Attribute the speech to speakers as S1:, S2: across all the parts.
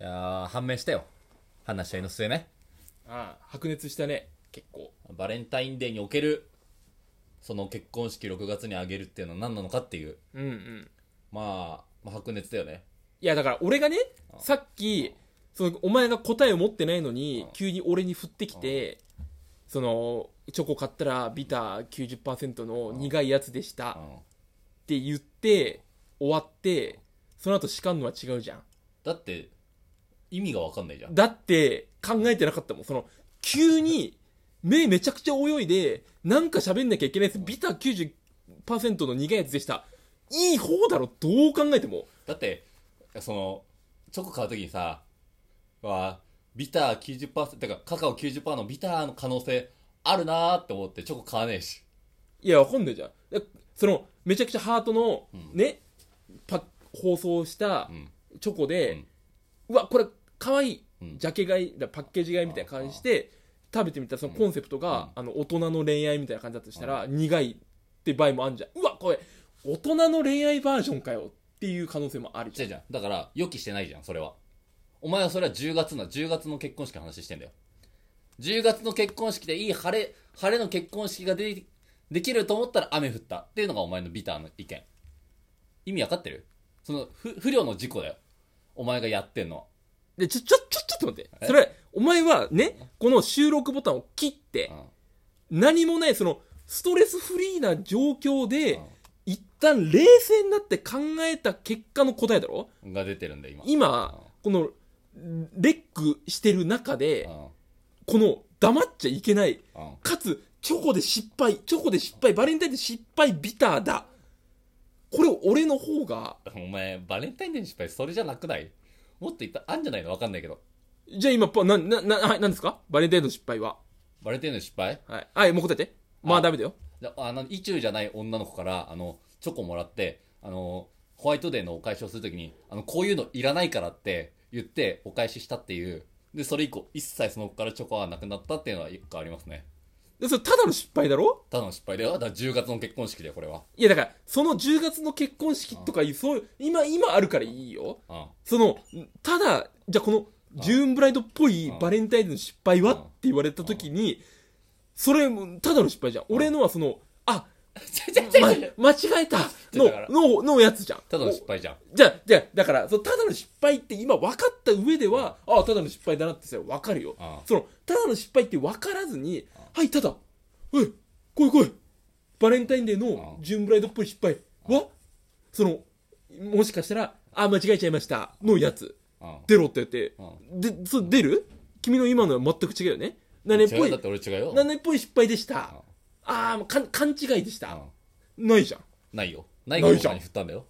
S1: いやー判明したよ話し合いの末ね
S2: ああ白熱したね結構
S1: バレンタインデーにおけるその結婚式6月に挙げるっていうのは何なのかっていう
S2: うんうん
S1: まあ、まあ白熱だよね
S2: いやだから俺がねさっきそのお前が答えを持ってないのに
S1: うん
S2: 急に俺に振ってきてそのチョコ買ったらビター90%の苦いやつでし
S1: う
S2: たっ
S1: ん
S2: て言って終わってその後叱るのは違うじゃん
S1: だって意味が分かんないじゃん
S2: だって考えてなかったもんその急に目めちゃくちゃ泳いでなんか喋んなきゃいけないですビター90%の苦いやつでしたいい方だろどう考えても
S1: だってそのチョコ買う時にさはビター90%てかカカオ90%のビターの可能性あるなーって思ってチョコ買わねえし
S2: いやわかんないじゃんだそのめちゃくちゃハートの
S1: ん
S2: ね、パ包装した
S1: うん
S2: チョコで、うわこれかわいい
S1: うん
S2: ジャケ買いだパッケージ買いみたいな感じして食べてみたらそのコンセプトが、あの大人の恋愛みたいな感じだとしたら、苦いって場合もあるじゃんうわこれ大人の恋愛バージョンかよっていう可能性もある
S1: 違
S2: じゃ
S1: うんじゃんだから予期してないじゃんそれはお前はそれは10月の10月の結婚式の話してんだよ10月の結婚式でいい晴れ晴れの結婚式がでできると思ったら雨降ったっていうのがお前のビターの意見意味わかってるその不不慮の事故だよお前がやってんのは
S2: でちょちょちょちょっと待ってそれお前はねこの収録ボタンを切って、何もないそのストレスフリーな状況で、
S1: うん
S2: 一旦冷静になって考えた結果の答えだろ
S1: うんが出てるんだよ今
S2: 今このレックしてる中で
S1: う
S2: この黙っちゃいけな
S1: ん
S2: い
S1: うん
S2: かつチョコで失敗チョコで失敗バレンタインで失敗ビターだこれ俺の方が
S1: お前バレンタインデーに失敗それじゃなくないもっといったあんじゃないのわかんないけど
S2: じゃあ今パなななはい何ですかバレンタインの失敗は
S1: バレンタインデーの失敗
S2: はい、はい、もう答えてまあ
S1: あ
S2: ダメだよ
S1: だあの、意中じゃない女の子から、あの、チョコもらって、あの、ホワイトデーのお返しをするときに、あの、こういうのいらないからって言って、お返ししたっていう。で、それ以降、一切その子からチョコはなくなったっていうのは一個ありますね。
S2: でそれただの失敗だろ
S1: ただの失敗だよ。だから10月の結婚式だよ、これは。
S2: いやだからその10月の結婚式とかいうそういう今今あるからいいよ
S1: うん。
S2: そのただじゃあこのジューンブライドっぽい
S1: うん
S2: バレンタインの失敗は
S1: う
S2: っ
S1: ん
S2: て言われた時にそれもただの失敗じゃん俺のはそのあ
S1: ちゃちゃち
S2: ま
S1: ゃちゃ
S2: 間違えたの
S1: だから
S2: ののやつじゃん
S1: ただの失敗じゃん。
S2: おじゃあじゃあだからそのただの失敗って今分かった上ではあただの失敗だなってそれ分かるよ
S1: うん
S2: そのただの失敗って分からずにはいただおい来い来いバレンタインデーの
S1: うん
S2: ジューンブライドっぽい失敗はそのもしかしたらあ間違えちゃいましたのやつ
S1: うん。
S2: 出ろって言って、
S1: う
S2: でそれ出る君の今のは全く違うよね何年っ
S1: 違
S2: ぽ
S1: うよだっ
S2: い
S1: て俺違うよ。
S2: 何年っぽい失敗でした、
S1: うん
S2: ああもうかん勘違いでし
S1: う
S2: た、
S1: ん
S2: ないじゃん
S1: ないよ。ないから
S2: ないじゃ
S1: お
S2: ん
S1: 前に振ったんだよ。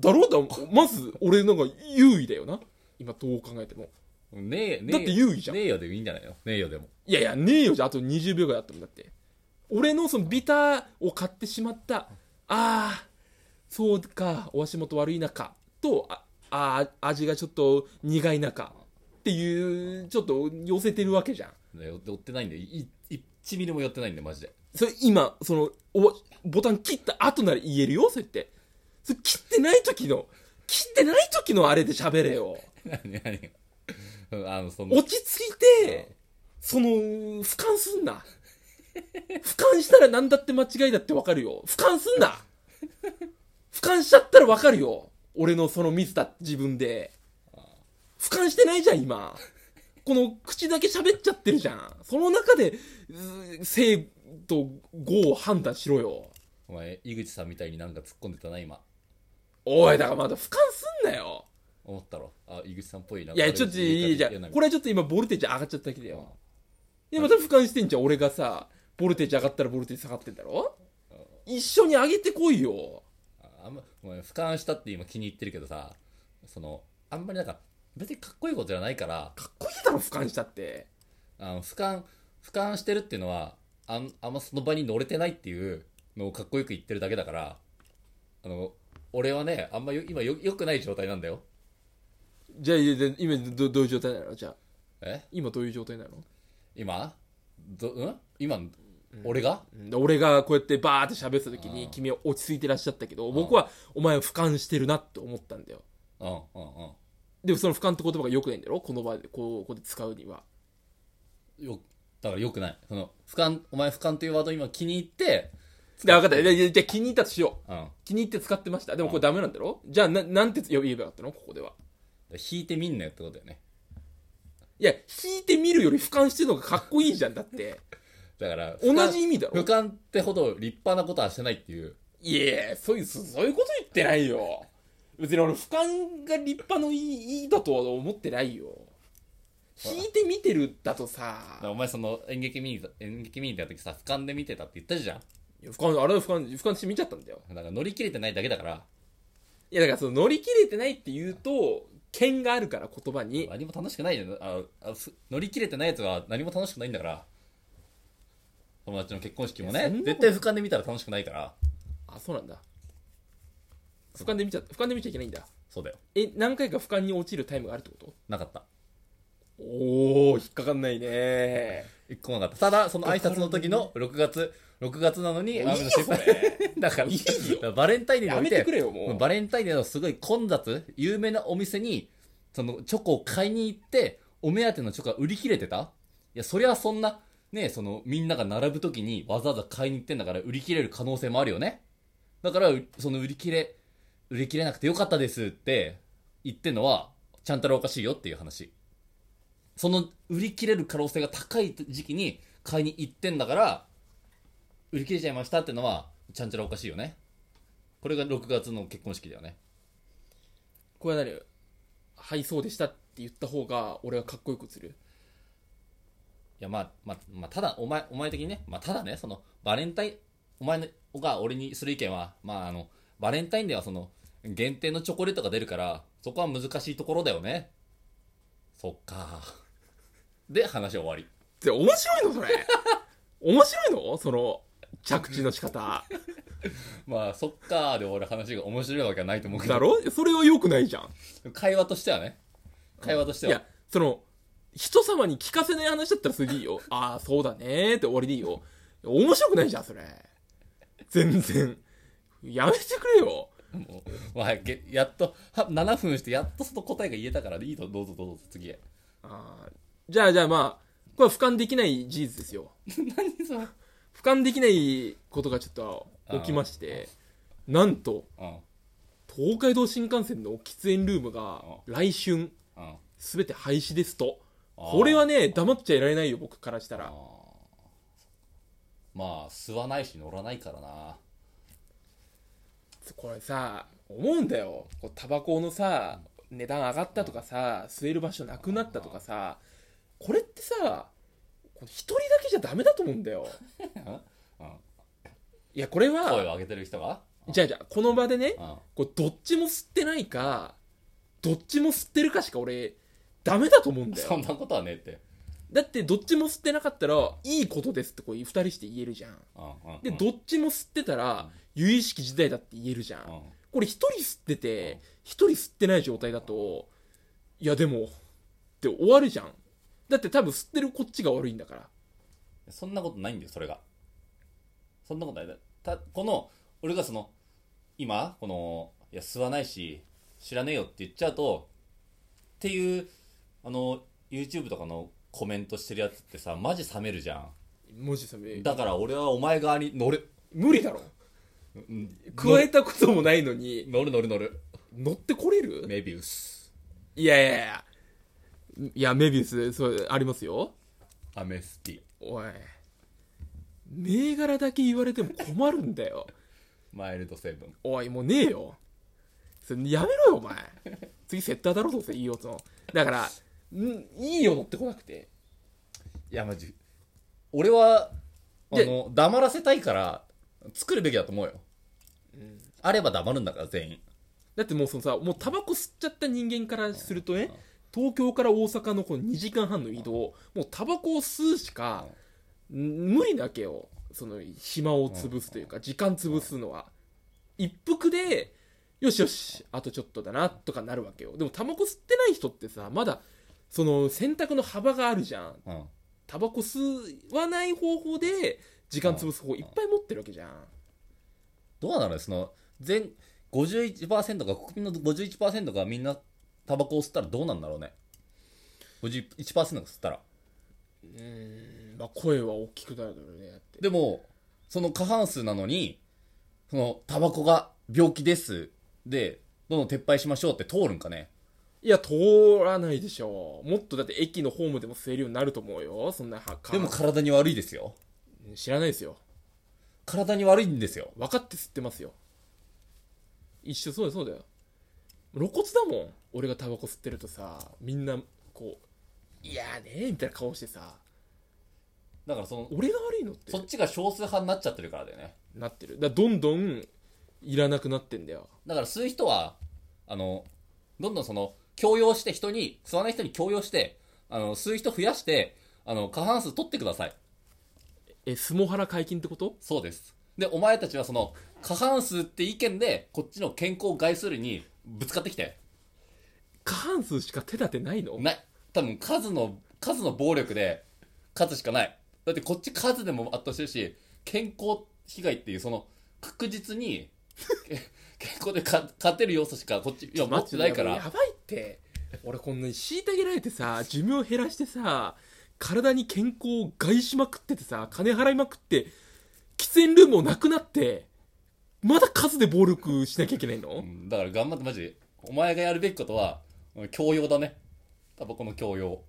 S2: だろだまず俺なんか優位だよな今どう考えても
S1: ねえ、ねえ。
S2: だって優位じゃん
S1: ねえよでもいいんじゃないのねえよでも。
S2: いやいやねえよじゃああと20秒ぐらいあったもんだって俺のそのビターを買ってしまったあーそうかお足元悪い中とああー味がちょっと苦い中っていうちょっと寄せてるわけじゃん
S1: ね寄ってないんで、いい1ミリも寄ってないんで、マジで。
S2: それ今そのおボタン切った後なら言えるよそれってそれ切ってない時の切ってない時のあれで喋れよ
S1: 何何うん あの、その
S2: 落ち着いてその俯瞰すんな俯瞰したら何だって間違いだって分かるよ俯瞰すんな俯瞰しちゃったら分かるよ俺のそのミスだ自分で俯瞰してないじゃん今この口だけ喋っちゃってるじゃんその中でう正と合を判断しろよ
S1: お前、井口さんみたいになんか突っ込んでたな、今。
S2: おいだからまだ俯瞰すんなよ
S1: 思ったろ。あ、井口さんっぽいな。
S2: いやちょっといいじゃんこ
S1: れ、
S2: れはちょっと今ボルテージ上がっちゃっただけだよで、
S1: うん
S2: また俯瞰してんじゃん。俺がさ、ボルテージ上がったらボルテージ下がってんだろ一緒に上げてこいよ。
S1: ああんま、お前、俯瞰したって今気に入ってるけどさ、その、あんまりなんか、別にかっこいいことじゃないから、
S2: かっこいいだろ、俯瞰したって。
S1: あの、俯瞰、俯瞰してるっていうのは、あん、あんまその場に乗れてないっていうのをかっこよく言ってるだけだから、あの、俺はね、あんまよ今よ、良くない状態なんだよ。
S2: じゃあ、いやいや今どどういう状態なのじゃあ、
S1: え
S2: 今どういう状態なの
S1: 今ど、うん今、俺が
S2: うん俺がこうやってバーって喋ってた時に
S1: うん
S2: 君は落ち着いてらっしゃったけど、僕はお前を俯瞰してるなって思ったんだよ。
S1: うん、うん、うん。
S2: でもその俯瞰って言葉が良くないんだろこの場で、こう、ここで使うには。
S1: よ、だからよくない。その、俯瞰、お前俯瞰というワード今気に入って、
S2: で、分かった。じゃあじゃあじゃあ気に入ったとしよう。
S1: うん。
S2: 気に入って使ってました。でもこれダメなんだろじゃあ、ななんて言えばよかったのここでは。
S1: 引いてみんなよってことだよね。
S2: いや、引いてみるより俯瞰してるのがかっこいいじゃん。だ って、
S1: だから、
S2: 同じ意味だ
S1: 俯瞰
S2: ろ
S1: 俯瞰ってほど立派なことはしてないっていう。
S2: いやそういう、そそういうこと言ってないよ。別に俺、俯瞰が立派のいい、いいだとは思ってないよ。引いて見てるだと
S1: だから
S2: さ、
S1: お前その演劇見に、演劇見に行った時さ、俯瞰で見てたって言ったじゃん。
S2: いや俯瞰、あれは俯瞰、俯瞰して見ちゃったんだよ。
S1: だから乗り切れてないだけだから、
S2: いや、だからその乗り切れてないって言うと、剣があるから言葉に。
S1: 何も楽しくないじゃん。ああす乗り切れてないやつは何も楽しくないんだから。友達の結婚式も
S2: いや
S1: ね
S2: そん、なこ
S1: 絶
S2: と
S1: 対俯瞰で見たら楽しくないから。
S2: あ、そうなんだ。俯瞰で見ちゃ、俯瞰で見ちゃいけないんだ。
S1: そうだよ。
S2: え、何回か俯瞰に落ちるタイムがあるってこと
S1: なかった。
S2: おー、引っかかんないね
S1: 一個もなかった。ただ、その挨拶の時の6月、6月なのに、
S2: いいよ
S1: 雨の心配
S2: それ
S1: だから、
S2: いいよ
S1: バレンタインデーに
S2: や
S1: おい
S2: めてくれよ、もう。
S1: バレンタインデーのすごい混雑、有名なお店に、そのチョコを買いに行って、お目当てのチョコが売り切れてたいや、そりゃそんな、ね、その、みんなが並ぶ時にわざわざ買いに行ってんだから、売り切れる可能性もあるよね。だから、うその売り切れ、売り切れなくてよかったですって言ってんのは、ちゃんたらおかしいよっていう話。その、売り切れる可能性が高い時期に買いに行ってんだから、売り切れちゃいましたってのは、ちゃんたらおかしいよね。これが6月の結婚式だよね。
S2: これは何はい、そうでしたって言った方が、俺はかっこよく映る。
S1: いや、まあ、まあ、まあ、ただ、お前、お前的にね、まあ、ただね、その、バレンタイン、お前のが俺にする意見は、まあ、あの、バレンタインではその、限定のチョコレートが出るから、そこは難しいところだよね。そっか。で、話終わり。
S2: で面白いのそ れ面白いのその着地の仕方
S1: まあ、そっかで俺話が面白いわけはないと思うけど。
S2: だろそれは良くないじゃん
S1: 会話としてはね。会話として
S2: い
S1: は。
S2: やその人様に聞かせない話だったらそれでいいよああそうだねーって終わりでいいよ面白くないじゃんそれ全然やめてくれよ
S1: もう、まあ、げやっと、は7分して、やっとその答えが言えたから、いいと、どうぞどうぞ、次へ。
S2: あーじゃあじゃあまあこれは俯瞰できない事実ですよ
S1: 何それ。うん。
S2: 俯瞰できないことがちょっと起きましてなんと東海道新幹線の喫煙ルームが来春
S1: うん。
S2: 全て廃止ですと
S1: あー
S2: これはね黙っちゃいられないよ僕からした
S1: あ
S2: ら
S1: ーまあ吸わないし乗らないからな
S2: これさ思うんだよこうタバコのさ値段上がったとかさ吸える場所なくなったとかさこれってさこう一人だけじゃダメだと思うん だよ
S1: うん
S2: いやこれ
S1: 声を
S2: は
S1: 上げてる人が
S2: じゃあじゃあこの場でね
S1: うん
S2: こうどっちも吸ってないかどっちも吸ってるかしか俺ダメだと思うんだ
S1: そん
S2: よ
S1: なことはねえって
S2: だってどっちも吸ってなかったらいいことですってこう二人して言えるじゃん
S1: うんうん
S2: で
S1: うん
S2: どっちも吸ってたら由々しき時代だって言えるじゃん
S1: うん
S2: これ一人吸ってて一人吸ってない状態だといやでもって終わるじゃんだって多分吸ってるこっちが悪いんだから
S1: そんなことないんだよそれがそんなことないだたこの俺がその今このいや吸わないし知らねえよって言っちゃうとっていうあの YouTube とかのコメントしてるやつってさマジ冷めるじゃ
S2: 文字さめ
S1: んだから俺はお前側に乗る
S2: 無理だろ
S1: うん
S2: 加えたこともないのに
S1: 乗る乗る乗る
S2: 乗ってこれる
S1: メビウス
S2: いやいやいやいやメビウスそうありますよ
S1: アメスピ
S2: おい銘柄だけ言われても困るんだよ
S1: マイルドセブン。
S2: おいもうねえよそれやめろよお前次セッターだろどうせいいよそのだからんいいよ乗ってこなくて
S1: いや、マジ。俺は、あ
S2: で
S1: の、黙らせたいから、作るべきだと思うよ。あれば黙るんだから、全員。
S2: だってもうそのさもうタバコ吸っちゃった人間からするとね東京から大阪のこの2時間半の移動もうタバコを吸うしかん無理なわけよその暇を潰すというか時間潰すのは一服でよしよしあとちょっとだなとかなるわけよでもタバコ吸ってない人ってさまだその選択の幅があるじゃん
S1: うん。
S2: タバコ吸わない方法で時間潰す方法いっぱい持ってるわけじゃん
S1: どうなのよその、全、51%が、国民の51%がみんなタバコを吸ったらどうなんだろうね。51%が吸ったら。
S2: まあ、声は大きくなるだろうねだって
S1: でも、その過半数なのに、その、タバコが病気です。で、どんどん撤廃しましょうって通るんかね。
S2: いや通らないでしょもっとだって駅のホームでも吸えるようになると思うよそんなは
S1: でも体に悪いですよ。
S2: 知らないですよ
S1: 体に悪いんですよ。
S2: 分かって吸ってますよ一緒そうだよそうだよ露骨だもん俺がタバコ吸ってるとさみんなこう「いやーねー」みたいな顔してさ
S1: だからその、
S2: 俺が悪いのって
S1: そっちが少数派になっちゃってるからだよね。
S2: なってるだからどんどんいらなくなってんだよ
S1: だから吸う人は、あの、どんどんその、強要して人に、吸わない人に強要して、あの、吸う人増やして、あの、過半数取ってください。
S2: え相撲原解禁ってこと
S1: そうです。で、お前たちはその、過半数って意見で、こっちの健康を害するにぶつかってきて。
S2: 過半数しか手立てないの
S1: ない。多分数の、数の暴力で勝つしかない。だってこっち数でも圧倒してるし、健康被害っていうその、確実に、 け健康でか勝てる要素しかこっち、いや、持ってないか
S2: や
S1: ら、
S2: ばいって俺こんなに虐げられてさ寿命減らしてさ体に健康を害しまくっててさ金払いまくって喫煙ルームもなくなってまだ数で暴力しなきゃいけないの、
S1: うんだから頑張ってマジで、お前がやるべきことは、うん強要だね。タバコの強要。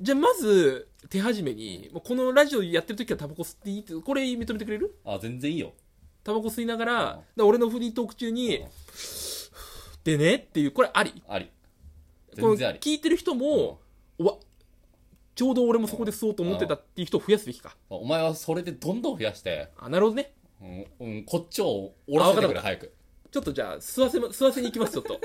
S2: じゃあまず手始めにもうこのラジオやってる時はタバコ吸っていいってこれ認めてくれる
S1: あ、全然いいよ。
S2: タバコ吸いながら
S1: うん
S2: だから俺のフリートーク中
S1: う
S2: に
S1: ん
S2: 「でね」っていうこれあり
S1: あり。
S2: この
S1: 全然あり。
S2: 聞いてる人も、うわちょうど俺もそこで吸おうと思ってたっていう人を増やすべきか
S1: お前はそれでどんどん増やして、
S2: あなるほどね
S1: うん、うんこっちを折らせてくれ、
S2: あわ
S1: 早く。
S2: ちょっとじゃあ吸わせま吸わせに行きますちょっと